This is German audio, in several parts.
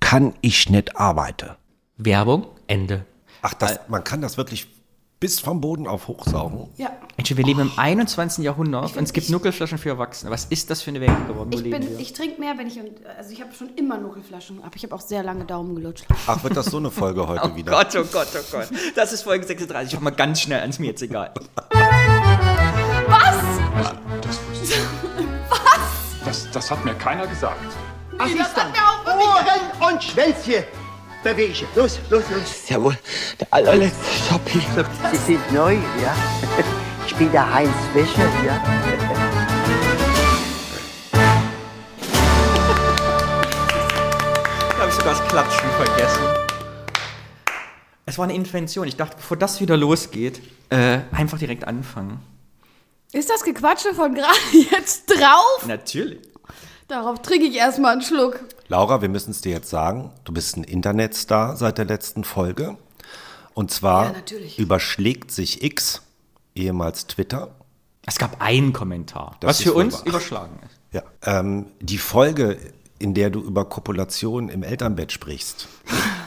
kann ich nicht arbeiten. Werbung, Ende. Ach, das, man kann das wirklich bis vom Boden auf hochsaugen. Ja, Mensch, wir leben Oh. im 21. Jahrhundert und es gibt Nuckelflaschen für Erwachsene. Was ist das für eine Welt geworden? Wo ich, leben bin, wir? ich trinke mehr, wenn ich. und- Also, ich habe schon immer Nuckelflaschen, aber ich habe auch sehr lange Daumen gelutscht. Ach, wird das so eine Folge heute Oh Gott, oh Gott, oh Gott. Das ist Folge 36. Ich mach mal ganz schnell ans mir jetzt egal. Das, das hat mir keiner gesagt. Assistent. Ohren Oh, und Schwänzchen bewegen. Los, los, los. ist ja wohl der allerletzte Stopp hier. Sie sind neu, ja? Ich bin der Heinz Wäsche, ja? Da habe ich sogar das Klatschen vergessen. Es war eine Intervention. Ich dachte, bevor das wieder losgeht, äh, einfach direkt anfangen. Ist das Gequatsche von gerade jetzt drauf? Natürlich. Darauf trinke ich erstmal einen Schluck. Laura, wir müssen es dir jetzt sagen. Du bist ein Internetstar seit der letzten Folge. Und zwar Ja, natürlich. überschlägt sich X, ehemals Twitter. Es gab einen Kommentar, Das was ist für uns wunderbar. überschlagen ist. Ja. Ähm, die Folge, in der du über Kopulation im Elternbett sprichst,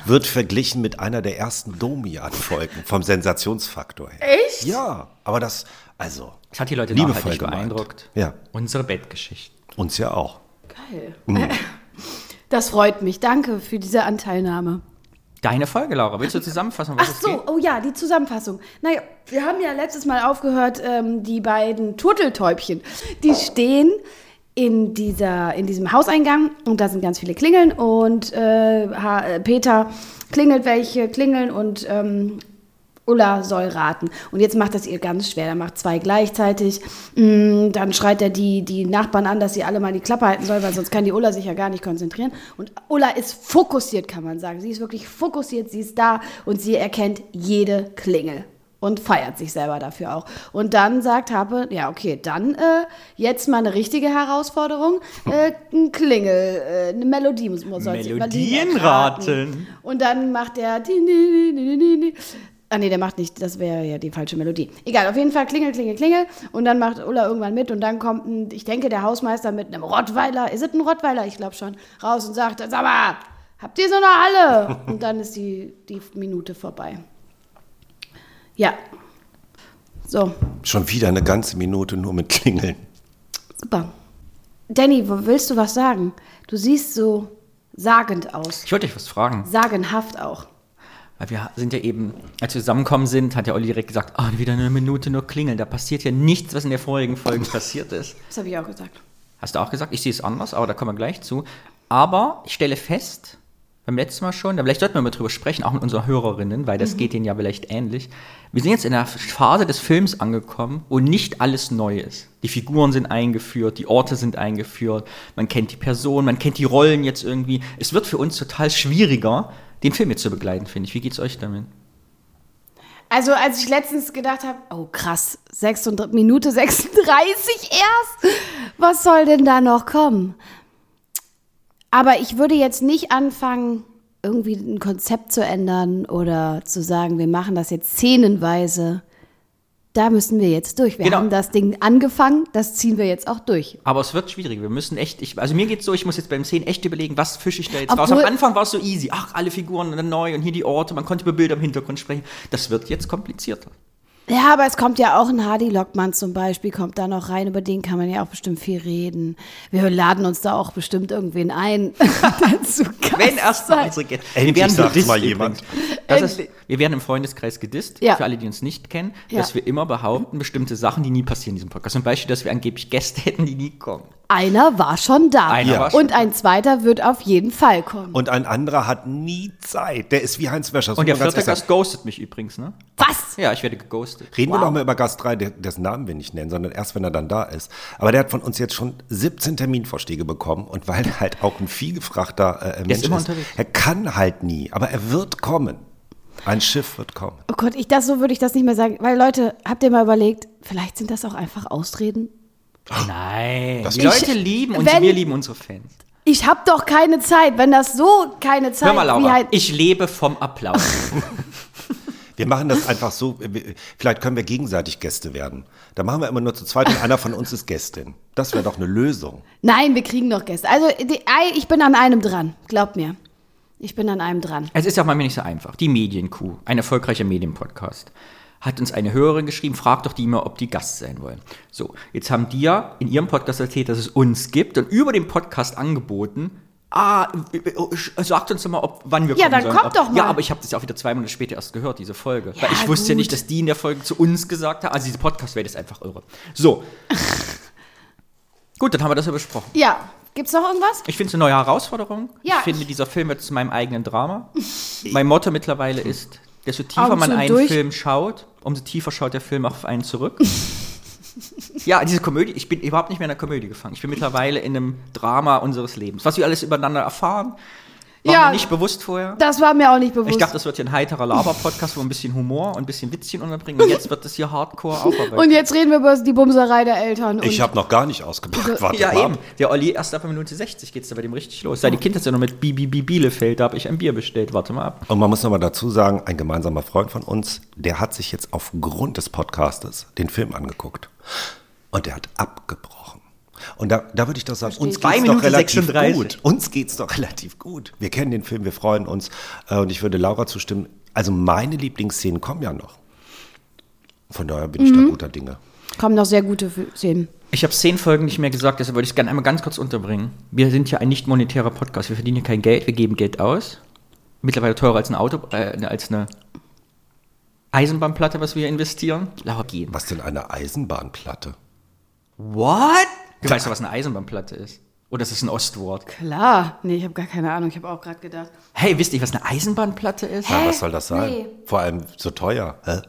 wird verglichen mit einer der ersten Domian-Folgen vom Sensationsfaktor her. Echt? Ja, aber das, also, Das hat die Leute Liebevoll nachhaltig gemeint. beeindruckt. Ja. Unsere Bettgeschichten. uns ja auch. Geil. Das freut mich. Danke für diese Anteilnahme. Deine Folge, Laura. Willst du zusammenfassen, was Ach es so, geht? oh ja, die Zusammenfassung. Naja, wir haben ja letztes Mal aufgehört, ähm, die beiden Turteltäubchen, die stehen in, dieser, in diesem Hauseingang und da sind ganz viele Klingeln und äh, ha äh, Peter klingelt welche, klingeln und ähm, Ulla soll raten. Und jetzt macht das ihr ganz schwer. Er macht zwei gleichzeitig. Mm, Dann schreit er die, die Nachbarn an, dass sie alle mal die Klappe halten sollen, weil sonst kann die Ulla sich ja gar nicht konzentrieren. Und Ulla ist fokussiert, kann man sagen. Sie ist wirklich fokussiert, sie ist da und sie erkennt jede Klingel. Und feiert sich selber dafür auch. Und dann sagt Harpe, ja, okay, dann äh, jetzt mal eine richtige Herausforderung. Äh, ein Klingel, äh, eine Melodie muss man soll sie- Melodien Melodien raten. Und dann macht er. di- di- di- di- di- di. Ah nee, der macht nicht, das wäre ja die falsche Melodie. Egal, auf jeden Fall klingel, klingel, klingel. Und dann macht Ulla irgendwann mit und dann kommt, ein, ich denke, der Hausmeister mit einem Rottweiler, ist es ein Rottweiler? Ich glaube schon, raus und sagt, sag mal, habt ihr so eine Halle? Und dann ist die, die Minute vorbei. Ja. So, Schon wieder eine ganze Minute nur mit Klingeln. super. Danny, wo- willst du was sagen? Du siehst so sagend aus. Ich wollte dich was fragen. Sagenhaft auch. Weil wir sind ja eben, als wir zusammengekommen sind, hat ja Olli direkt gesagt, ah, wieder eine Minute nur klingeln. Da passiert ja nichts, was in der vorigen Folge passiert ist. Das habe ich auch gesagt. Hast du auch gesagt, ich sehe es anders, aber da kommen wir gleich zu. Aber ich stelle fest, beim letzten Mal schon, da vielleicht sollten wir mal drüber sprechen, auch mit unseren Hörerinnen, weil das geht denen ja vielleicht ähnlich. Wir sind jetzt in der Phase des Films angekommen, wo nicht alles neu ist. Die Figuren sind eingeführt, die Orte sind eingeführt, man kennt die Personen, man kennt die Rollen jetzt irgendwie. Es wird für uns total schwieriger, den Film jetzt zu begleiten, finde ich. Wie geht's euch damit? Also als ich letztens gedacht habe, oh krass, 36, Minute 36 erst, was soll denn da noch kommen? Aber ich würde jetzt nicht anfangen, irgendwie ein Konzept zu ändern oder zu sagen, wir machen das jetzt szenenweise. Da müssen wir jetzt durch. Wir Genau. haben das Ding angefangen, das ziehen wir jetzt auch durch. Aber es wird schwierig. Wir müssen echt, ich, also mir geht's so, ich muss jetzt beim Szenen echt überlegen, was fische ich da jetzt raus. Am Obwohl- Anfang war es so easy. Ach, alle Figuren und dann neu und hier die Orte. Man konnte über Bilder im Hintergrund sprechen. Das wird jetzt komplizierter. Ja, aber es kommt ja auch ein Hardy Lockmann zum Beispiel, kommt da noch rein, über den kann man ja auch bestimmt viel reden. Wir laden uns da auch bestimmt irgendwen ein. dazu Gast Wenn erst mal sein. unsere Gäste. Endlich Wir werden sagt's Juristen mal jemand. übrigens. Das ist, Endlich. wir werden im Freundeskreis gedisst, Ja. für alle, die uns nicht kennen, Ja. dass wir immer behaupten, bestimmte Sachen, die nie passieren in diesem Podcast. Zum Beispiel, dass wir angeblich Gäste hätten, die nie kommen. Einer war schon da. Einer Ja. war schon Und ein zweiter wird auf jeden Fall kommen. Und ein anderer hat nie Zeit. Der ist wie Heinz Wäscher. Das Und der muss man ganz vierte ehrlich sagen. Gast ghostet mich übrigens, ne? Was? Ja, ich werde geghostet. Reden wir nochmal über Gast 3, der- dessen Namen wir nicht nennen, sondern erst, wenn er dann da ist. Aber der hat von uns jetzt schon 17 Terminvorschläge bekommen. Und weil er halt auch ein vielgefrachter äh, Mensch immer ist, unterwegs. er kann halt nie. Aber er wird kommen. Ein Schiff wird kommen. Oh Gott, ich das so würde ich das nicht mehr sagen. Weil Leute, habt ihr mal überlegt, vielleicht sind das auch einfach Ausreden? Nein. die ist- Leute lieben uns, Wenn- wir lieben unsere Fans. Ich hab doch keine Zeit, wenn das so keine Zeit Hör mal, wie Laura, halt. ich lebe vom Applaus. Wir machen das einfach so. wir- Vielleicht können wir gegenseitig Gäste werden. Da machen wir immer nur zu zweit und einer von uns ist Gästin. Das wäre doch eine Lösung. Nein, wir kriegen noch Gäste. Also die, ei, ich bin an einem dran, glaubt mir. Ich bin an einem dran. es ist ja auch manchmal nicht so einfach. Die Medienkuh, ein erfolgreicher Medienpodcast, hat uns eine Hörerin geschrieben, fragt doch die immer, ob die Gast sein wollen. So, jetzt haben die ja in ihrem Podcast erzählt, dass es uns gibt und über den Podcast angeboten, ah, sagt uns doch mal, ob, wann wir Ja, kommen dann sollen. kommt ob, doch mal. Ja, aber ich habe das ja auch wieder zwei Monate später erst gehört, diese Folge. Ja, weil ich wusste ja gut. nicht, dass die in der Folge zu uns gesagt haben. Also diese Podcast-Welt ist einfach irre. So. Gut, dann haben wir das ja besprochen. Ja, gibt's noch irgendwas? Ich finde es eine neue Herausforderung. Ja, ich finde, ich- dieser Film wird zu meinem eigenen Drama. mein Motto mittlerweile ist, desto tiefer Augen man zu und einen durch. Film schaut, umso tiefer schaut der Film auf einen zurück. ja, diese Komödie, ich bin überhaupt nicht mehr in der Komödie gefangen. Ich bin mittlerweile in einem Drama unseres Lebens. Was wir alles übereinander erfahren, war Ja. mir nicht bewusst vorher. Das war mir auch nicht bewusst. Ich dachte, das wird hier ein heiterer Laber-Podcast, wo wir ein bisschen Humor und ein bisschen Witzchen unterbringen. Und jetzt wird das hier hardcore und aufarbeitet. jetzt reden wir über die Bumserei der Eltern. Und Ich habe noch gar nicht ausgemacht. Warte Ja, mal. eben. Der Olli, erst ab Minute 60 geht's da bei dem richtig los. Seine Kindheitssendung mit Bibi Bibi Bielefeld, da habe ich ein Bier bestellt. Warte mal ab. Und man muss nochmal dazu sagen, ein gemeinsamer Freund von uns, der hat sich jetzt aufgrund des Podcastes den Film angeguckt. Und der hat abgebrochen. Und da, da würde ich doch sagen, uns Zwei geht's doch Minuten relativ 36. gut. Uns geht's doch relativ gut. Wir kennen den Film, wir freuen uns. Äh, Und ich würde Laura zustimmen. Also meine Lieblingsszenen kommen ja noch. Von daher bin ich da guter Dinge. kommen noch sehr gute F- Szenen. Ich habe zehn Folgen nicht mehr gesagt, deshalb wollte ich es gerne einmal ganz kurz unterbringen. Wir sind ja ein nicht monetärer Podcast. Wir verdienen hier kein Geld, wir geben Geld aus. Mittlerweile teurer als ein Auto, äh, als eine Eisenbahnplatte, was wir investieren. Laura, gehen. Was denn eine Eisenbahnplatte? What? Du weißt doch, was eine Eisenbahnplatte ist. Oder ist das ein Ostwort? Klar. Nee, ich habe gar keine Ahnung. Ich habe auch gerade gedacht. Hey, wisst ihr, was eine Eisenbahnplatte ist? Na, was soll das sein? Nee. Vor allem so teuer. Hä?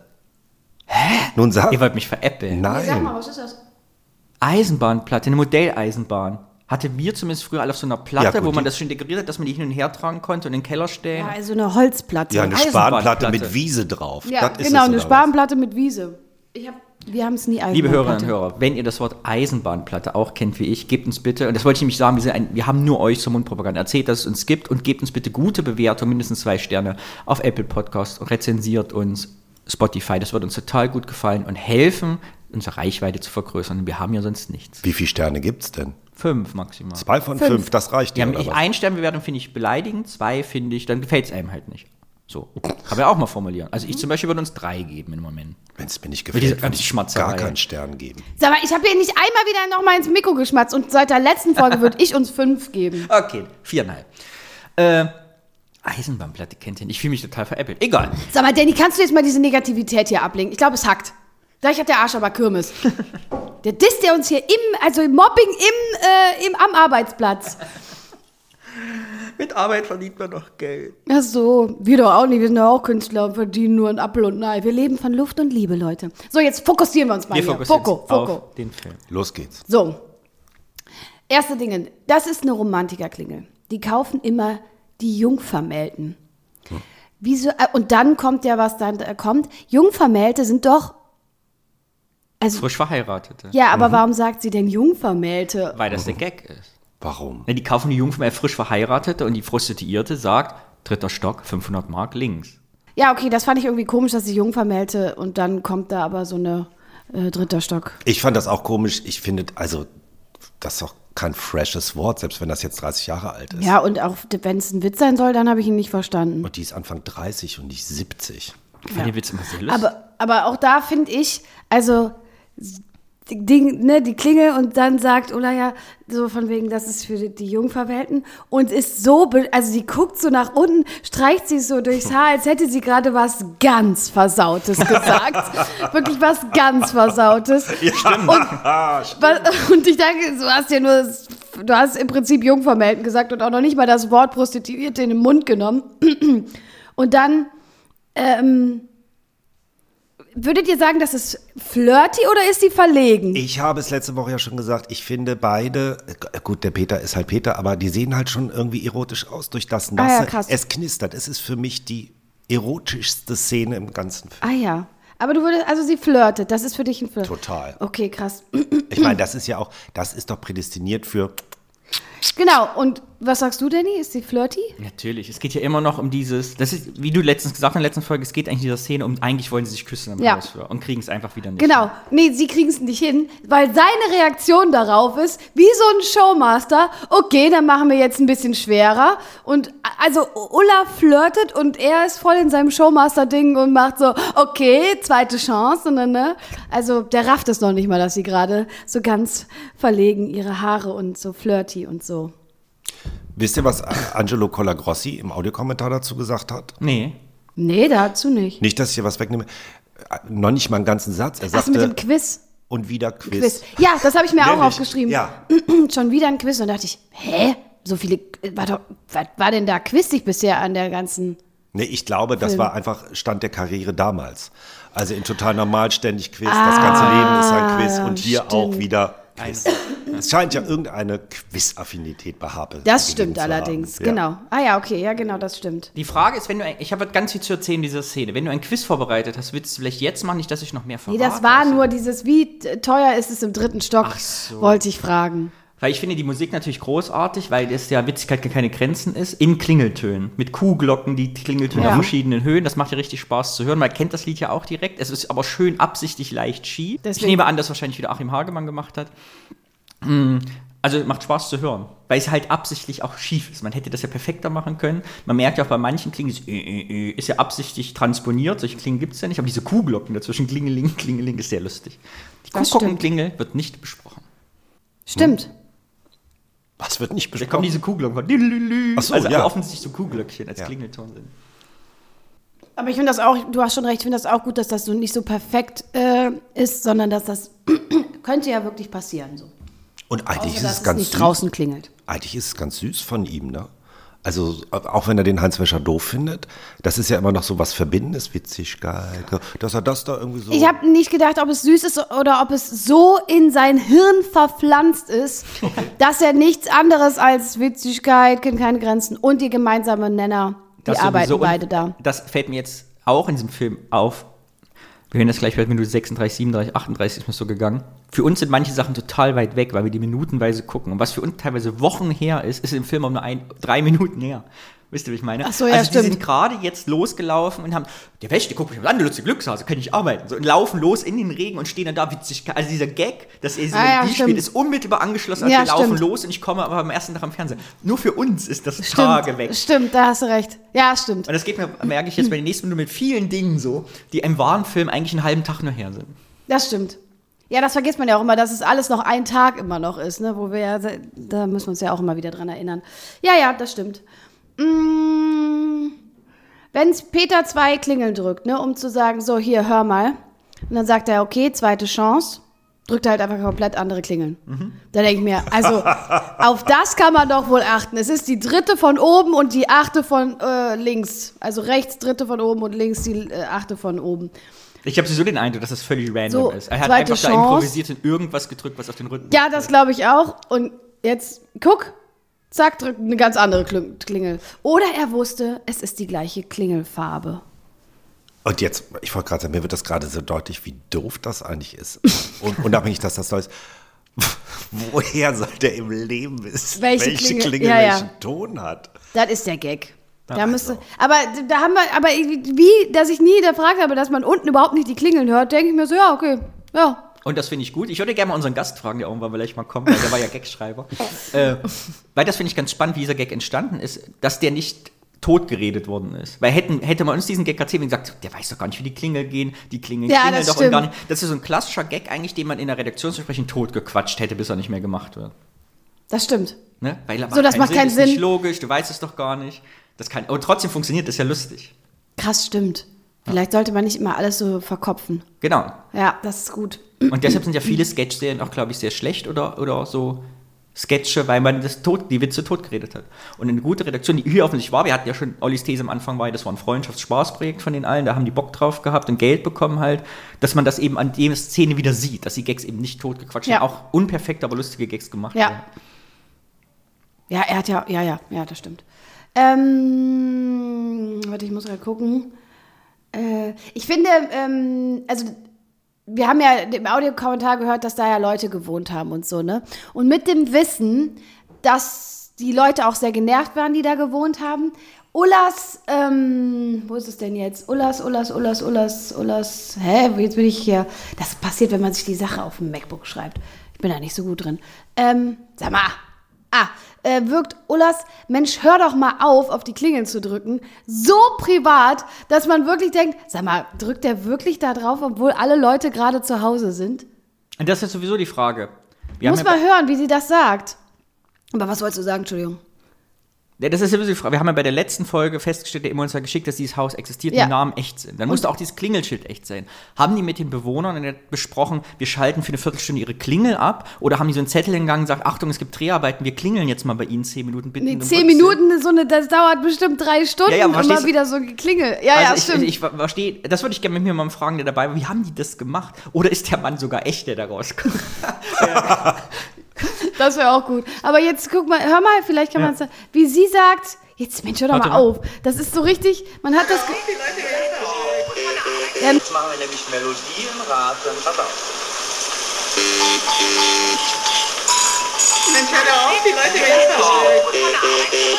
Hä? Nun sag. Ihr wollt mich veräppeln. Nein. was ist das? Eisenbahnplatte, eine Modelleisenbahn. Hatte wir zumindest früher alle auf so einer Platte, Ja, gut, wo man die- das schon dekoriert hat, dass man die hin und her tragen konnte und in den Keller stellen. Ja, also eine Holzplatte. Ja, eine Eisenbahnplatte. Spanplatte mit Wiese drauf. Ja, das ist genau, es, eine oder Spanplatte mit Wiese. Ich hab, wir haben es nie Liebe Hörerinnen und Eisenbahnplatte. Hörer, wenn ihr das Wort Eisenbahnplatte auch kennt wie ich, gebt uns bitte, und das wollte ich nämlich sagen, wir, sind ein, wir haben nur euch zur Mundpropaganda erzählt, dass es uns gibt und gebt uns bitte gute Bewertungen, mindestens zwei Sterne auf Apple Podcast und rezensiert uns Spotify. Das wird uns total gut gefallen und helfen, unsere Reichweite zu vergrößern. Wir haben ja sonst nichts. was? Wie viele Sterne gibt's denn? Fünf maximal. Zwei von fünf, das reicht Ja, dir, ich, oder was? ein Sternbewertung finde ich beleidigend, zwei finde ich, dann gefällt es einem halt nicht. So, kann man ja auch mal formulieren. Also ich zum Beispiel würde uns drei geben im Moment. Wenn es mir nicht diese gefällt, würde ganze ich Schmatzerei. gar keinen Stern geben. Sag mal, ich habe hier nicht einmal wieder nochmal ins Mikro geschmatzt und seit der letzten Folge würde ich uns fünf geben. Okay, viereinhalb. Äh, Eisenbahnplatte kennt ihr nicht. Ich fühle mich total veräppelt. Egal. Sag mal, Danny, kannst du jetzt mal diese Negativität hier ablegen? Ich glaube, es hackt. Gleich hat der Arsch aber Kirmes. Der disst ja uns hier im, also im Mobbing im, äh, im, am Arbeitsplatz. Mit Arbeit verdient man noch Geld. Ach so, wir doch auch nicht. Wir sind ja auch Künstler und verdienen nur einen Apfel und ein Ei. Wir leben von Luft und Liebe, Leute. So, jetzt fokussieren wir uns mal Wir hier. fokussieren Foko, uns Foko. auf den Film. Los geht's. So. Erste Dinge. Das ist eine Romantikerklingel. Die kaufen immer die Jungvermählten. Wieso, äh, und dann kommt ja, was dann äh, kommt. Jungvermählte sind doch. Also, Frisch Verheiratete. ja, Mhm. aber warum sagt sie denn Jungvermählte? Weil das der Gag ist. Warum? Na, die kaufen die Jungfrau frisch Verheiratete und die Prostituierte sagt, dritter Stock, 500 Mark links. Ja, okay, das fand ich irgendwie komisch, dass sie Jungvermählte und dann kommt da aber so eine äh, dritter Stock. Ich fand das auch komisch. Ich finde, also, das ist doch kein freshes Wort, selbst wenn das jetzt 30 Jahre alt ist. Ja, und auch wenn es ein Witz sein soll, dann habe ich ihn nicht verstanden. Und die ist Anfang 30 und nicht 70. Ich fand den Witz immer sehr lustig. Aber, aber auch da finde ich, also die, Ding, ne, die Klingel und dann sagt Ulla ja so von wegen, das ist für die, die Jungverwählten und ist so, be- also sie guckt so nach unten, streicht sich so durchs Haar, als hätte sie gerade was ganz Versautes gesagt. Wirklich was ganz Versautes. Stimmt. Was, und ich denke, du hast ja nur, das- du hast im Prinzip Jungvermählten gesagt und auch noch nicht mal das Wort Prostituierte in den Mund genommen. Und dann, ähm, würdet ihr sagen, das ist flirty oder ist sie verlegen? Ich habe es letzte Woche ja schon gesagt, ich finde beide, äh, gut, der Peter ist halt Peter, aber die sehen halt schon irgendwie erotisch aus durch das Ah ja, Nasse. krass. Es knistert. Es ist für mich die erotischste Szene im ganzen Film. ah ja. Aber du würdest, also sie flirtet, das ist für dich ein Flirt. Total. Okay, krass. Ich meine, das ist ja auch, das ist doch prädestiniert für Genau, und was sagst du, Danny? Ist sie flirty? Natürlich, es geht ja immer noch um dieses, das ist, wie du letztens gesagt hast in der letzten Folge, es geht eigentlich in dieser Szene um, eigentlich wollen sie sich küssen am Ja. Schluss für- und kriegen es einfach wieder nicht. Genau. Nee, sie kriegen es nicht hin, weil seine Reaktion darauf ist, wie so ein Showmaster, okay, dann machen wir jetzt ein bisschen schwerer. Und a- also Ulla flirtet und er ist voll in seinem Showmaster-Ding und macht so, okay, zweite Chance. Und dann, ne? Also der rafft es noch nicht mal, dass sie gerade so ganz verlegen ihre Haare und so flirty und so. Wisst ihr, was Angelo Colagrossi im Audiokommentar dazu gesagt hat? Nee. Nee, dazu nicht. Nicht, dass ich hier was wegnehme. Äh, Noch nicht mal einen ganzen Satz. Er Ach, mit sagte, dem Quiz. und wieder Quiz. Quiz. Ja, das habe ich mir auch Nämlich, aufgeschrieben. ja. Schon wieder ein Quiz. Und dachte ich, hä? So viele. War, doch, was war denn da quizig bisher an der ganzen. Nee, ich glaube, das Film. war einfach Stand der Karriere damals. Also in total normal ständig Quiz. das ganze Leben ist ein Quiz und hier Ah, stimmt. auch wieder Quiz. Es scheint ja irgendeine Quiz-Affinität bei Habe. Das gegeben stimmt zu haben. allerdings, Ja. genau. Ah ja, okay, ja, genau, das stimmt. Die Frage ist, wenn du, ein, ich habe ganz viel zu erzählen in dieser Szene, wenn du ein Quiz vorbereitet hast, willst du vielleicht jetzt machen, nicht, dass ich noch mehr Nee, verrate. das war nur dieses, wie t- teuer ist es im dritten Stock, Ach so. wollte ich fragen. Weil ich finde die Musik natürlich großartig, weil das ja Witzigkeit gar keine Grenzen ist, in Klingeltönen. Mit Kuhglocken, die Klingeltöne Ja. auf verschiedenen Höhen. Das macht ja richtig Spaß zu hören. Man kennt das Lied ja auch direkt. Es ist aber schön absichtlich leicht schief. Ich Deswegen- nehme an, dass wahrscheinlich wieder Achim Hagemann gemacht hat. Mm, Also macht Spaß zu hören, weil es halt absichtlich auch schief ist. Man hätte das ja perfekter machen können. Man merkt ja auch bei manchen Klingen, das Ü, Ü, Ü ist ja absichtlich transponiert. Solche Klingen gibt es ja nicht. Aber diese Kuhglocken dazwischen, Klingeling, Klingeling, ist sehr lustig. Die Das Kuhglockenklingel wird nicht besprochen. Stimmt. Was wird nicht Da kommen besprochen? diese Kuhglocken von. Lülülü. Ach so, also ja. offensichtlich so Kuhglöckchen als Ja. Klingelton sind. Aber ich finde das auch, du hast schon recht, ich finde das auch gut, dass das so nicht so perfekt äh, ist, sondern dass das könnte ja wirklich passieren. So. Und eigentlich Außer, ist dass es es ganz nicht süß. draußen klingelt. Eigentlich ist es ganz süß von ihm, ne? Also, auch wenn er den Hans-Wäscher doof findet, das ist ja immer noch so was Verbindendes, Witzigkeit, dass er das da irgendwie so. Ich habe nicht gedacht, ob es süß ist oder ob es so in sein Hirn verpflanzt ist, dass er nichts anderes als Witzigkeit, kennt keine Grenzen und die gemeinsamen Nenner, die Das arbeiten sowieso. Und beide da. Das fällt mir jetzt auch in diesem Film auf. Wir hören das gleich bei Minute 36, 37, 38 ist mir so gegangen. Für uns sind manche Sachen total weit weg, weil wir die minutenweise gucken. Und was für uns teilweise Wochen her ist, ist im Film auch nur ein, drei Minuten her. Wisst ihr, wie ich meine? Ach so, ja, also die stimmt. sind gerade jetzt losgelaufen und haben, der Wäsche, guck mich mal an, du lustige Glückshase, also kann ich arbeiten. So, und laufen los in den Regen und stehen dann da witzig. Also dieser Gag, dass er diese Ah, ja, Melodie stimmt. spielt, ist unmittelbar angeschlossen. Also Ja, wir laufen stimmt. los und ich komme aber am ersten Tag am Fernsehen. Nur für uns ist das Stimmt, Tage weg. stimmt, da hast du recht. Ja, stimmt. Und das geht mir, merke ich jetzt bei den nächsten Minuten mit vielen Dingen so, die im wahren Film eigentlich einen halben Tag nur her sind. Das stimmt. Ja, das vergisst man ja auch immer, dass es alles noch ein Tag immer noch ist, ne? Wo wir ja, se- da müssen wir uns ja auch immer wieder dran erinnern. Ja, ja, das stimmt. Mm, Wenn Peter zwei Klingeln drückt, ne, um zu sagen, so hier, hör mal. Und dann sagt er, okay, zweite Chance, drückt er halt einfach komplett andere Klingeln. Da denke ich mir, also auf das kann man doch wohl achten. Es ist die dritte von oben und die achte von äh, links. Also rechts dritte von oben und links die äh, achte von oben. Ich habe sowieso den Eindruck, dass das völlig random So, ist. Er hat zweite einfach da Chance. improvisiert und irgendwas gedrückt, was auf den Rücken. Ja, das glaube ich auch. Und jetzt, guck, zack, drückt eine ganz andere Kling- Klingel. Oder er wusste, es ist die gleiche Klingelfarbe. Und jetzt, ich wollte gerade sagen, mir wird das gerade so deutlich, wie doof das eigentlich ist. Und unabhängig, dass das so ist. Woher soll der im Leben wissen, Welche welche Klingel, Klingel- ja, ja. welchen Ton hat? Das ist der Gag. Da also. müsste, aber da haben wir, aber irgendwie, wie, dass ich nie hinterfragt habe, dass man unten überhaupt nicht die Klingeln hört, denke ich mir so, ja, okay, ja. Und das finde ich gut. Ich würde gerne mal unseren Gast fragen, der irgendwann vielleicht mal kommt, weil der war ja Gagschreiber. äh, weil das finde ich ganz spannend, wie dieser Gag entstanden ist, dass der nicht tot geredet worden ist. Weil hätten, hätte man uns diesen Gag erzählt und gesagt, der weiß doch gar nicht, wie die Klingel gehen, die Klingel Ja, klingeln das doch und stimmt. gar nicht. Das ist so ein klassischer Gag eigentlich, den man in der Redaktionsversprechen tot gequatscht hätte, bis er nicht mehr gemacht wird. Das stimmt. Ne? Weil er So, das macht keinen ist nicht Sinn. logisch, du weißt es doch gar nicht. Das kann, und trotzdem funktioniert, das ist ja lustig. Krass, stimmt. Vielleicht sollte man nicht immer alles so verkopfen. Genau. Ja, das ist gut. Und deshalb sind ja viele Sketch-Serien auch, glaube ich, sehr schlecht oder, oder so Sketche, weil man das tot, die Witze tot geredet hat. Und eine gute Redaktion, die hier offensichtlich war, wir hatten ja schon Ollis These am Anfang, war, ja, das war ein Freundschafts-Spaß-Projekt von den allen, da haben die Bock drauf gehabt und Geld bekommen halt, dass man das eben an der Szene wieder sieht, dass die Gags eben nicht tot gequatscht Ja. haben, auch unperfekt, aber lustige Gags gemacht werden. Ja. Ja, er hat ja, ja, ja, ja, das stimmt. Ähm, warte, ich muss gerade gucken. Äh, ich finde, ähm, also wir haben ja im Audiokommentar gehört, dass da ja Leute gewohnt haben und so, ne? Und mit dem Wissen, dass die Leute auch sehr genervt waren, die da gewohnt haben. Ullas, ähm, wo ist es denn jetzt? Ullas, Ullas, Ullas, Ullas, Ullas. Hä, jetzt bin ich hier. Das passiert, wenn man sich die Sache auf dem MacBook schreibt. Ich bin da nicht so gut drin. Ähm, sag mal. Ah, äh, wirkt Ullas, Mensch, hör doch mal auf, auf die Klingeln zu drücken. So privat, dass man wirklich denkt, sag mal, drückt der wirklich da drauf, obwohl alle Leute gerade zu Hause sind? Und das ist sowieso die Frage. Wir Muss haben ja mal hören, wie sie das sagt. Aber was wolltest du sagen, Entschuldigung? Ja, das ist ja ein bisschen die Frage. Wir haben ja bei der letzten Folge festgestellt, der immer uns ja geschickt, dass dieses Haus existiert und Ja. die Namen echt sind. Dann musste auch dieses Klingelschild echt sein. Haben die mit den Bewohnern in der- besprochen, wir schalten für eine Viertelstunde ihre Klingel ab? Oder haben die so einen Zettel hingegangen und gesagt, Achtung, es gibt Dreharbeiten, wir klingeln jetzt mal bei Ihnen zehn Minuten, bitte. Nee, um Gottes zehn Willen. Minuten, ist so eine, das dauert bestimmt drei Stunden, Ja, ja, aber immer verstehst du- wieder so ein Geklingel. Ja, ja, Also stimmt. ich, ich, ich verstehe, das würde ich gerne mit mir mal fragen, der dabei war. Wie haben die das gemacht? Oder ist der Mann sogar echt, der da rauskommt? das wäre auch gut. Aber jetzt guck mal, hör mal, vielleicht kann man es, wie sie sagt, jetzt Mensch, hör doch Warte mal mal. auf. Das ist so richtig, man hat das... Ge ja, Jetzt machen wir nämlich Melodienraten. Pass auf. Mensch, hör doch auf, die Leute werden verrückt.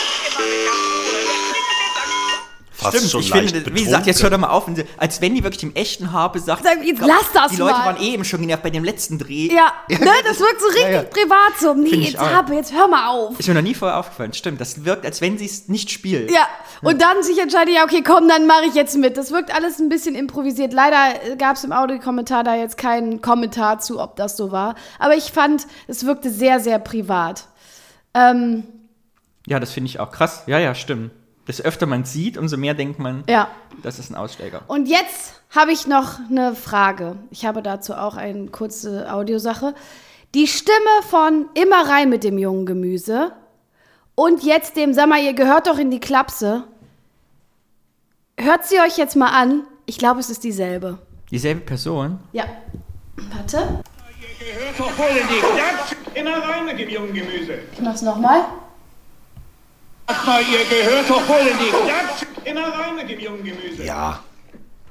Fast schon ich leicht finde, wie betrunken. gesagt, jetzt hört doch mal auf, wenn sie- als wenn die wirklich dem echten Habe sagt, Sag, jetzt "Komm, lass das die Leute mal." waren eh eben schon genervt bei dem letzten Dreh. ja ne, das wirkt so richtig privat so. Nee, Finde ich jetzt auch. habe, jetzt hör mal auf. Ist mir noch nie vorher aufgefallen. Stimmt, das wirkt, als wenn sie es nicht spielt. Ja, und dann sich entscheidet, ja, okay, komm, dann mache ich jetzt mit. Das wirkt alles ein bisschen improvisiert. Leider gab es im Audiokommentar da jetzt keinen Kommentar zu, ob das so war. Aber ich fand, es wirkte sehr, sehr privat. Ähm, Ja, das finde ich auch krass. Ja, ja, stimmt. Desto öfter man sieht, umso mehr denkt man, ja. das ist ein Aussteiger. Und jetzt habe ich noch eine Frage. Ich habe dazu auch eine kurze Audiosache. Die Stimme von Immer rein mit dem jungen Gemüse und jetzt dem, sag mal, ihr gehört doch in die Klapse. Hört sie euch jetzt mal an. Ich glaube, es ist dieselbe. Dieselbe Person. Ja. Warte, Hört doch voll in die Klatsch. Immer rein mit dem jungen Gemüse. ich mach's nochmal. Sag mal, ihr gehört doch voll in die Klatsch. Immer rein mit dem jungen Gemüse. Ja,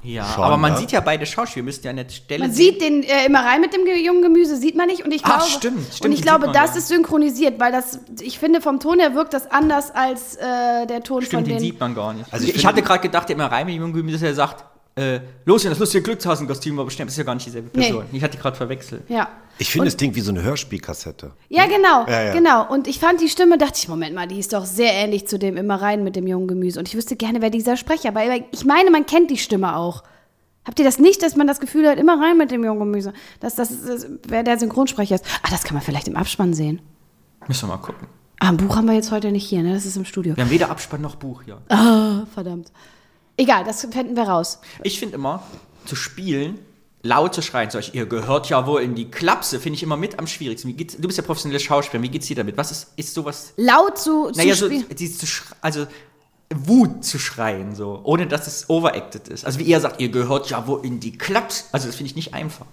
Ja, Schon, aber man ne? sieht ja beide Schauspieler. Wir müssten ja an der Stelle. Man sieht den äh, immer rein mit dem ge- jungen Gemüse, sieht man nicht. Und ich Ach, glaube, stimmt, und stimmt, ich den glaube sieht man, das ja. ist synchronisiert, weil das, ich finde, vom Ton her wirkt das anders als äh, der Ton stimmt, von den den. sieht man gar nicht. Also Also ich ich, finde- hatte gerade gedacht, der immer rein mit dem jungen Gemüse, der sagt, äh, los in das lustige Glückshasenkostüm, aber bestimmt ist ja gar nicht dieselbe Nee. Person. Ich hatte die gerade verwechselt. ja. ich finde, es klingt wie so eine Hörspielkassette. Ja, genau, Ja, ja. genau. Und ich fand die Stimme, dachte ich, Moment mal, die ist doch sehr ähnlich zu dem immer rein mit dem jungen Gemüse. Und ich wüsste gerne, wer dieser Sprecher war. Aber ich meine, man kennt die Stimme auch. Habt ihr das nicht, dass man das Gefühl hat, immer rein mit dem jungen Gemüse? Dass das, ist- das, wer der Synchronsprecher ist. Ah, das kann man vielleicht im Abspann sehen. Müssen wir mal gucken. Ah, ein Buch haben wir jetzt heute nicht hier, ne? Das ist im Studio. Wir haben weder Abspann noch Buch hier. Verdammt. Egal, das fänden wir raus. Ich finde immer, zu spielen, laut zu schreien, solch, ihr gehört ja wohl in die Klapse, finde ich immer mit am schwierigsten. Wie geht's, du bist ja professionelle Schauspieler, wie geht's dir damit? Was ist, ist sowas, Laut zu, zu naja, so, spielen. dieses zu schre- also Wut zu schreien, so, ohne dass es overacted ist. Also wie ihr sagt, ihr gehört ja wohl in die Klapse. Also das finde ich nicht einfach.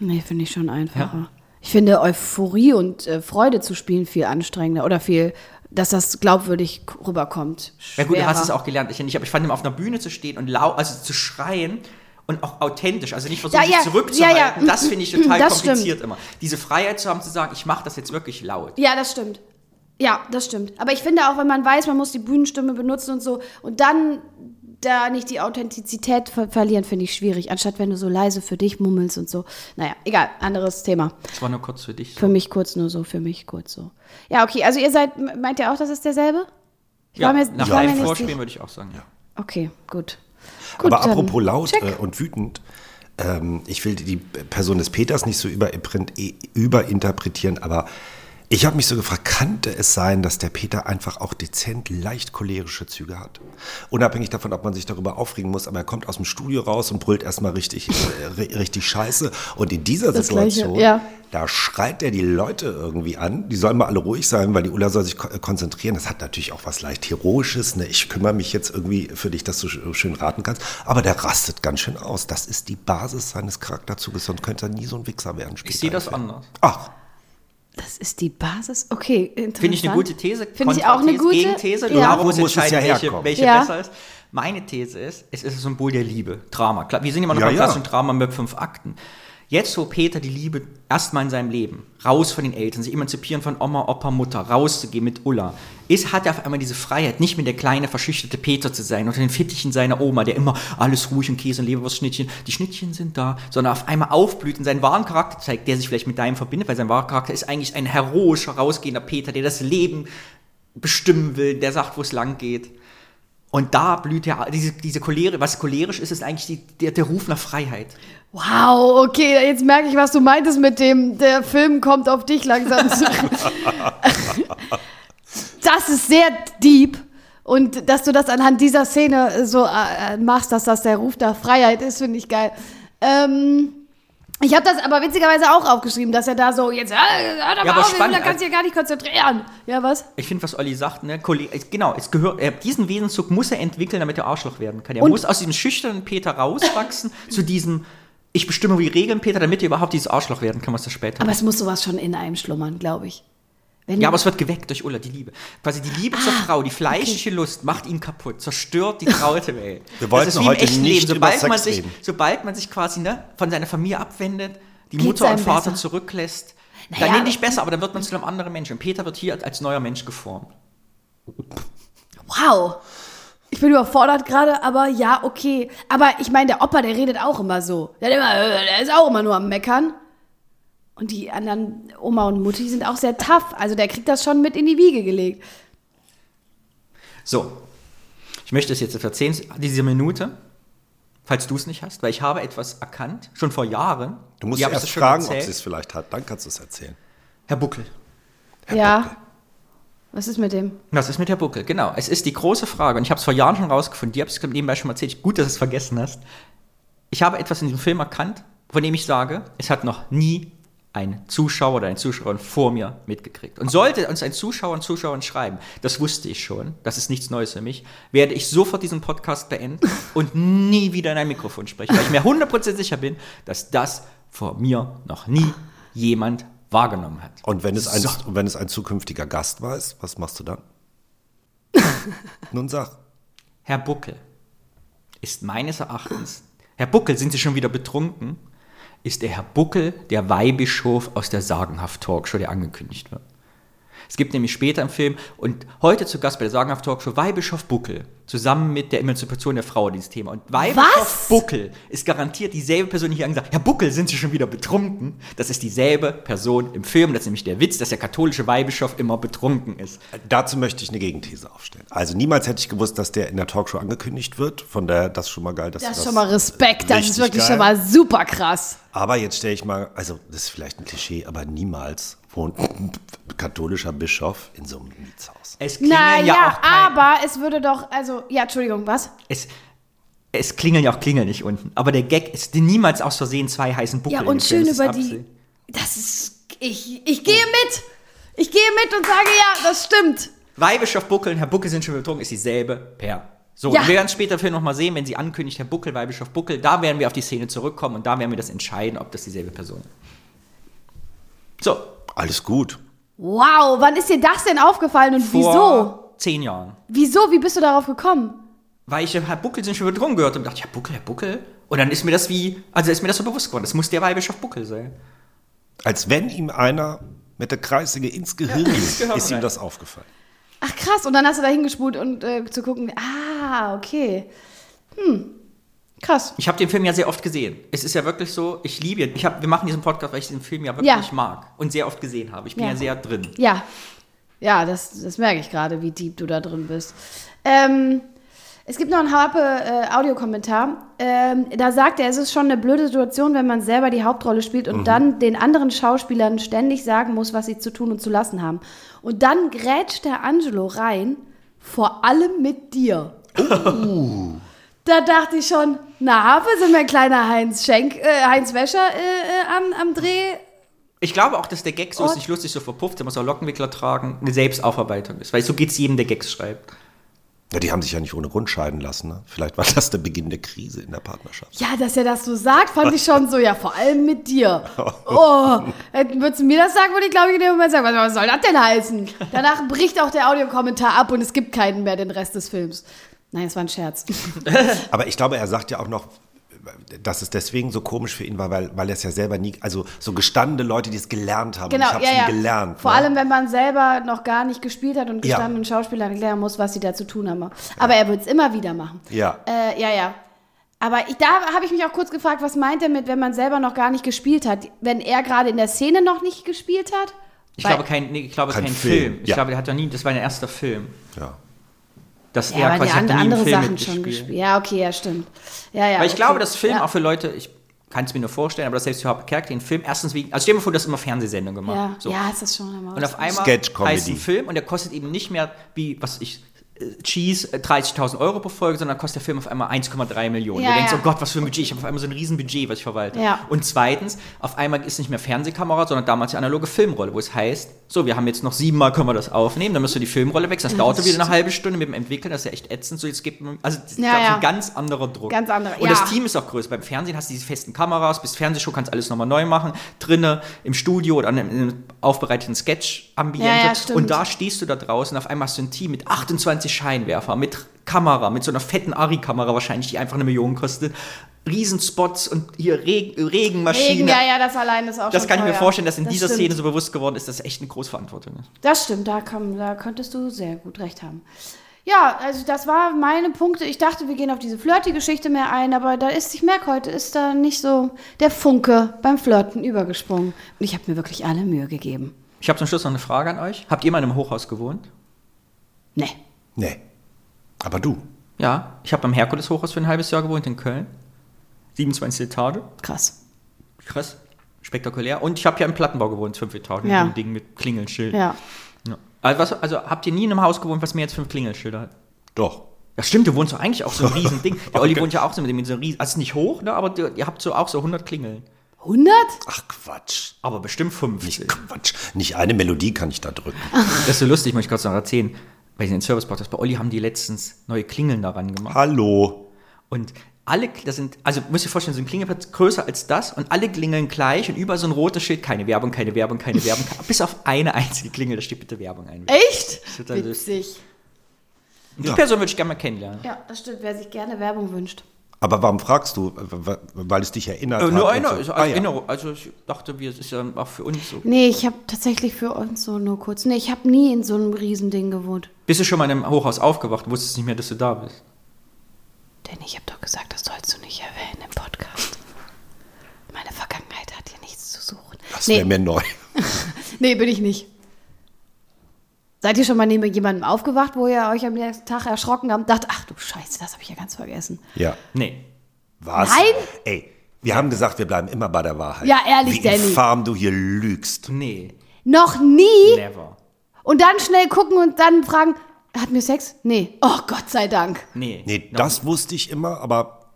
Nee, finde ich schon einfacher. Ich finde Euphorie und äh, Freude zu spielen viel anstrengender oder viel, dass das glaubwürdig k- rüberkommt. Ja gut, du hast Schwerer. es auch gelernt, ich ja nicht, aber ich fand immer auf einer Bühne zu stehen und laut, also zu schreien und auch authentisch, also nicht versuchen, Ja, sich ja, zurückzuhalten, ja, ja. das finde ich total Das stimmt. kompliziert immer. Diese Freiheit zu haben, zu sagen, ich mache das jetzt wirklich laut. Ja, das stimmt. Ja, das stimmt. Aber ich finde auch, wenn man weiß, man muss die Bühnenstimme benutzen und so und dann da nicht die Authentizität ver verlieren, finde ich schwierig. Anstatt wenn du so leise für dich mummelst und so. Naja, egal, anderes Thema. Das war nur kurz für dich. Für mich kurz nur so, für mich kurz so. Ja, okay, also ihr seid, meint ihr auch, das ist derselbe? Ich war mir, nach ich war mir live nicht vorspielen sicher. würde ich auch sagen, ja. Okay, gut. gut Aber dann apropos laut check. äh, und wütend, ähm, ich will die Person des Peters nicht so überimprin- eh, überinterpretieren, aber ich habe mich so gefragt, könnte es sein, dass der Peter einfach auch dezent leicht cholerische Züge hat? Unabhängig davon, ob man sich darüber aufregen muss, aber er kommt aus dem Studio raus und brüllt erstmal richtig, äh, ri- richtig scheiße. Und in dieser Das Gleiche, Situation, ja. da schreit er die Leute irgendwie an. Die sollen mal alle ruhig sein, weil die Ulla soll sich ko- äh, konzentrieren. Das hat natürlich auch was leicht Heroisches. Ne? Ich kümmere mich jetzt irgendwie für dich, dass du sch- schön raten kannst. Aber der rastet ganz schön aus. Das ist die Basis seines Charakterzuges. Sonst könnte er nie so ein Wichser werden. später Ich sehe im das Film. anders. Ach, Das ist die Basis. Okay, interessant. Finde ich eine gute These. Finde ich auch eine Kontrathese, gute. Gegenthese. Genau, Du Ja. Darum musst muss es entscheiden, ja welche, herkommen. welche Ja. besser ist. Meine These ist, es ist ein Symbol der Liebe. Drama. Klar, wir sind immer noch Ja, beim ja. klassischen Drama mit fünf Akten. Jetzt, wo Peter die Liebe erstmal in seinem Leben, raus von den Eltern, sich emanzipieren von Oma, Opa, Mutter, rauszugehen mit Ulla, ist, hat er auf einmal diese Freiheit, nicht mehr der kleine, verschüchterte Peter zu sein, unter den Fittichen seiner Oma, der immer alles ruhig und Käse und Leberwurstschnittchen, die Schnittchen sind da, sondern auf einmal aufblüht und seinen wahren Charakter zeigt, der sich vielleicht mit deinem verbindet, weil sein wahrer Charakter ist eigentlich ein heroischer, rausgehender Peter, der das Leben bestimmen will, der sagt, wo es lang geht. Und da blüht ja diese, diese Cholere, was cholerisch ist, ist eigentlich die, der, der Ruf nach Freiheit. Wow, okay, jetzt merke ich, was du meintest mit dem, der Film kommt auf dich langsam zurück. das ist sehr deep. Und dass du das anhand dieser Szene so äh, äh, machst, dass das der Ruf der Freiheit ist, finde ich geil. Ähm, ich habe das aber witzigerweise auch aufgeschrieben, dass er da so jetzt, äh, hör Ja, doch mal aber auf, spannend, da kannst du ja gar nicht konzentrieren. Ja, was? Ich finde, was Olli sagt, ne, Chole- äh, genau, es gehört, äh, diesen Wesenszug muss er entwickeln, damit er Arschloch werden kann. Er Und- muss aus diesem schüchternen Peter rauswachsen zu diesem, ich bestimme die Regeln, Peter, damit er überhaupt dieses Arschloch werden kann, was er später Aber es muss sowas schon in einem schlummern, glaube ich. Wenn Ja, du- aber es wird geweckt durch Ulla, die Liebe. Quasi die Liebe zur Ah, Frau, die fleischliche Lust macht ihn kaputt, zerstört die traute Welt. Wir wollten heute nicht über Sobald, Sex man sich, reden. sobald man sich quasi ne, von seiner Familie abwendet, die Geht's Mutter und einem Vater besser? zurücklässt, Naja, dann nehme ich aber- besser, aber dann wird man zu einem anderen Menschen. Und Peter wird hier als neuer Mensch geformt. Wow. Ich bin überfordert gerade, aber ja, okay. Aber ich meine, der Opa, der redet auch immer so. Der, hat immer, äh, der ist auch immer nur am Meckern. Und die anderen Oma und Mutti sind auch sehr tough. Also der kriegt das schon mit in die Wiege gelegt. So, ich möchte es jetzt erzählen, diese Minute, falls du es nicht hast, weil ich habe etwas erkannt, schon vor Jahren. du musst Die ja habe ich erst dir schon fragen, ob erzählt. sie es vielleicht hat. Dann kannst du es erzählen. Herr Buckel. Ja. Was ist mit dem? Was ist mit der Buckel? Genau. Es ist die große Frage, und ich habe es vor Jahren schon rausgefunden, die habe ich nebenbei schon mal erzählt. Gut, dass du es vergessen hast. Ich habe etwas in diesem Film erkannt, von dem ich sage, es hat noch nie ein Zuschauer oder eine Zuschauerin vor mir mitgekriegt. Und sollte uns ein Zuschauer und Zuschauerin schreiben, das wusste ich schon, das ist nichts Neues für mich, werde ich sofort diesen Podcast beenden und nie wieder in ein Mikrofon sprechen, weil ich mir 100% sicher bin, dass das vor mir noch nie jemand wahrgenommen hat. Und wenn es, ein, So. und wenn es ein zukünftiger Gast weiß, was machst du dann? Nun sag. Herr Buckel ist meines Erachtens, Herr Buckel, sind Sie schon wieder betrunken? Ist der Herr Buckel der Weihbischof aus der Sagenhaft Talkshow, der angekündigt wird? Es gibt nämlich später im Film und heute zu Gast bei der Sagenhaft Talkshow Weihbischof Buckel zusammen mit der Emanzipation der Frau dieses Thema. Und Weihbischof Was? Buckel ist garantiert dieselbe Person, die hier angesagt hat, Herr Buckel, sind Sie schon wieder betrunken? Das ist dieselbe Person im Film. Das ist nämlich der Witz, dass der katholische Weihbischof immer betrunken ist. Dazu möchte ich eine Gegenthese aufstellen. Also niemals hätte ich gewusst, dass der in der Talkshow angekündigt wird. Von daher, das ist schon mal geil. Dass Das du ist schon mal Respekt. Das ist Richtig wirklich geil. schon mal super krass. Aber jetzt stelle ich mal, also das ist vielleicht ein Klischee, aber niemals wohnt ein katholischer Bischof in so einem Mietshaus. Es klingeln Naja, ja auch kein, aber es würde doch, also, ja, Entschuldigung, was? Es, es klingeln ja auch Klingel nicht unten. Aber der Gag ist niemals aus Versehen zwei heißen Buckel. Ja, und schön gefilmt. Das ist über die. Absicht. Das ist. Ich, ich gehe mit. Ich gehe mit und sage, ja, das stimmt. Weihbischof Buckel und Herr Buckel sind schon betrunken, ist dieselbe Pair. So, Ja. wir werden später im Film nochmal sehen, wenn sie ankündigt, Herr Buckel, Weihbischof Buckel, da werden wir auf die Szene zurückkommen und da werden wir das entscheiden, ob das dieselbe Person ist. So, Alles gut. Wow, wann ist dir das denn aufgefallen und wieso? vor zehn Jahren. Wieso? Wie bist du darauf gekommen? Weil ich Herr Buckel sind schon betrunken gehört und dachte, Herr Buckel, Herr Buckel. Und dann ist mir das wie, also ist mir das so bewusst geworden, das muss der Weihbischof Buckel sein. Als wenn ihm einer mit der Kreisige ins Gehirn Gehirn ist ihm rein. das aufgefallen. Ach krass, und dann hast du da hingespult und äh, zu gucken, ah, okay. Hm, krass. Ich habe den Film ja sehr oft gesehen. Es ist ja wirklich so, ich liebe ihn. Ich hab, wir machen diesen Podcast, weil ich den Film ja wirklich Ja. mag und sehr oft gesehen habe. Ich bin Ja. ja, sehr drin. Ja, Ja, das, das merke ich gerade, wie deep du da drin bist. Ähm, es gibt noch einen Harpe-Audiokommentar. ähm, da sagt er, es ist schon eine blöde Situation, wenn man selber die Hauptrolle spielt und dann den anderen Schauspielern ständig sagen muss, was sie zu tun und zu lassen haben. Und dann grätscht der Angelo rein, vor allem mit dir. Da dachte ich schon, na Harpe, sind wir kleiner Heinz Schenk, äh, Heinz Wäscher äh, äh, am, am Dreh Ich glaube auch, dass der Gag so Oh. ist nicht lustig, so verpufft, der muss auch Lockenwickler tragen, eine Selbstaufarbeitung ist. Weil so geht's jedem, der Gags schreibt. Ja, die haben sich ja nicht ohne Grund scheiden lassen. Ne? Vielleicht war das der Beginn der Krise in der Partnerschaft. Ja, dass er das so sagt, fand ich schon so, ja, vor allem mit dir. Oh, hätten- würdest du mir das sagen, würde ich, glaube ich, in dem Moment sagen, was- was soll das denn heißen? Danach bricht auch der Audiokommentar ab und es gibt keinen mehr den Rest des Films. Nein, es war ein Scherz. Aber ich glaube, er sagt ja auch noch, dass es deswegen so komisch für ihn war, weil, weil er es ja selber nie, also so gestandene Leute, die es gelernt haben. Genau, ich habe ja, nie ja. gelernt. Vor ne? allem, wenn man selber noch gar nicht gespielt hat und Ja. gestandenen Schauspielern erklären muss, was sie da zu tun haben. Aber er wird es immer wieder machen. Ja. Äh, ja, ja. Aber ich, da habe ich mich auch kurz gefragt, was meint er mit, wenn man selber noch gar nicht gespielt hat? Wenn er gerade in der Szene noch nicht gespielt hat? Ich Weil- glaube, kein, nee, ich glaube, Kein kein, Film, Film. Ich ja. glaube, der hat ja nie, das war der erste Film. Ja. Dass Ja, er aber quasi die hat andere, nie einen andere Film Sachen mitgespielt. schon gespielt. Ja, okay, ja, stimmt. Ja, ja, Weil ich okay. glaube, dass Film ja. auch für Leute, ich kann es mir nur vorstellen, aber das selbst für Harper Kerk den Film erstens wegen, also stell dir mal vor, du hast immer Fernsehsendung gemacht. Ja, so. ja ist Genau, das schon immer Und auf einmal Sketch-Comedy. heißt ein Film und der kostet eben nicht mehr wie, was ich, äh, Cheese äh, 30.000 Euro pro Folge, sondern kostet der Film auf einmal 1,3 Millionen. Ja, du denkst, ja. oh Gott, was für ein Budget. Ich habe auf einmal so ein Riesenbudget, was ich verwalte. Ja. Und zweitens, auf einmal ist nicht mehr Fernsehkamera, sondern damals die analoge Filmrolle, wo es heißt, so, wir haben jetzt noch siebenmal können wir das aufnehmen, dann müsst ihr die Filmrolle wechseln. Das dauerte wieder eine halbe Stunde mit dem Entwickeln, das ist ja echt ätzend. So, jetzt gibt, also, das ist glaub Ja, ich, ja. ein ganz anderer Druck. Ganz anderer, Und ja. das Team ist auch größer. Beim Fernsehen hast du diese festen Kameras, bist Fernsehshow, kannst alles nochmal neu machen. Drinne, im Studio oder in einem aufbereiteten Sketch-Ambiente. Ja, ja, stimmt. und da stehst du da draußen, auf einmal hast du ein Team mit 28 Scheinwerfer, mit Kamera, mit so einer fetten Ari-Kamera wahrscheinlich, die einfach eine Million kostet. Riesenspots und hier Regen, Regenmaschine. Regen, ja, ja, das allein ist auch Das schon kann ich mir teuer. vorstellen, dass in Das dieser stimmt. Szene so bewusst geworden ist, dass es echt eine Großverantwortung ist. Das stimmt, da, kann, da könntest du sehr gut recht haben. Ja, also das war meine Punkte. Ich dachte, wir gehen auf diese Flirty-Geschichte mehr ein, aber da ist, ich merke, heute ist da nicht so der Funke beim Flirten übergesprungen. Und ich habe mir wirklich alle Mühe gegeben. Ich habe zum Schluss noch eine Frage an euch. Habt ihr mal in einem Hochhaus gewohnt? Nee. Nee. Aber du. Ja, ich habe beim Herkules Hochhaus für ein halbes Jahr gewohnt in Köln. 27 Etage. Krass. Krass. Spektakulär. Und ich habe ja im Plattenbau gewohnt, fünf Etagen. Ja. Mit dem Ding mit Klingelschild. Ja. Ja. Also, was, also habt ihr nie in einem Haus gewohnt, was mehr als fünf Klingelschilder hat? Doch. Ja, stimmt, du wohnst doch eigentlich auch so ein riesen Ding. Der Olli Okay. wohnt ja auch so mit dem mit so einem riesen, also nicht hoch, ne, aber ihr ihr habt so auch so 100 Klingeln. 100? Ach Quatsch. Aber bestimmt 50. Nicht Quatsch. Nicht eine Melodie kann ich da drücken. Das ist so lustig, muss ich kurz noch erzählen. Weil ich den Service Podcast bei Olli haben die letztens neue Klingeln daran gemacht. Hallo. Und alle, Kl- das sind, also müsst ihr vorstellen, so ein Klingelplatz größer als das und alle klingeln gleich und über so ein rotes Schild, keine Werbung, keine Werbung, keine Werbung, ke- bis auf eine einzige Klingel, da steht bitte Werbung ein. Echt? total Witzig. Die Person würde ich gerne mal kennenlernen. Ja, das stimmt. Wer sich gerne Werbung wünscht. Aber warum fragst du? W- w- Weil es dich erinnert Äh, hat. nur und eine, so. also, Ah, ja. Erinnerung. also ich dachte, wir, es ist ja auch für uns so. Nee, ich habe tatsächlich für uns so nur kurz. Nee, ich habe nie in so einem Riesending gewohnt. Bist du schon mal in einem Hochhaus aufgewacht und wusstest nicht mehr, dass du da bist? Denn ich habe doch gesagt, das sollst du nicht erwähnen im Podcast. Meine Vergangenheit hat hier nichts zu suchen. Das nee, wäre mir neu. nee, bin ich nicht. Seid ihr schon mal neben jemandem aufgewacht, wo ihr euch am nächsten Tag erschrocken habt und dacht, ach du Scheiße, das habe ich ja ganz vergessen. Ja. Nee. Was? Nein? Ey, wir haben gesagt, wir bleiben immer bei der Wahrheit. Ja, ehrlich, Wie Danny. infam du hier lügst. Nee. Noch nie? Never. Und dann schnell gucken und dann fragen, hat mir Sex? Nee. Oh Gott sei Dank. Nee. Nee, das wusste ich immer, aber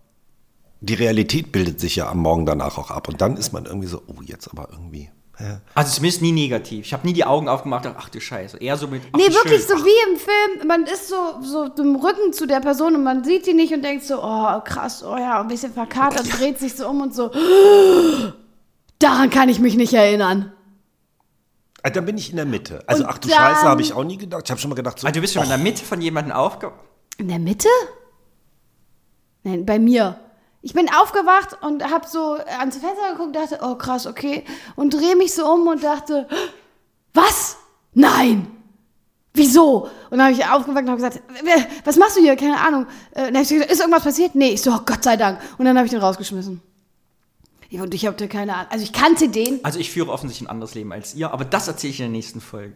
die Realität bildet sich ja am Morgen danach auch ab. Und dann ist man irgendwie so, oh, jetzt aber irgendwie. hä? Also zumindest nie negativ. Ich habe nie die Augen aufgemacht und dachte, ach du Scheiße. Eher so mit. Ach, Nee, wie wirklich schön. so wie im Film. Man ist so, so im Rücken zu der Person und man sieht die nicht und denkt so, oh krass, oh ja, ein bisschen verkatert, dreht sich so um und so. Daran kann ich mich nicht erinnern. Ah, Dann bin ich in der Mitte. Also, Und ach du dann- Scheiße, habe ich auch nie gedacht. Ich habe schon mal gedacht, so, Ach, also du bist schon in der Mitte von jemandem aufgewacht. In der Mitte? Nein, bei mir. Ich bin aufgewacht und habe so ans Fenster geguckt, dachte, oh krass, okay. Und drehe mich so um und dachte, was? Nein! Wieso? Und dann habe ich aufgewacht und habe gesagt, "Wer- was machst du hier? Keine Ahnung. Äh, dann hab ich gesagt, ist irgendwas passiert? Nee, ich so, oh Gott sei Dank. Und dann habe ich den rausgeschmissen. Ja, Und ich hatte keine Ahnung. Also ich kannte den. Also ich führe offensichtlich ein anderes Leben als ihr, aber das erzähle ich in der nächsten Folge.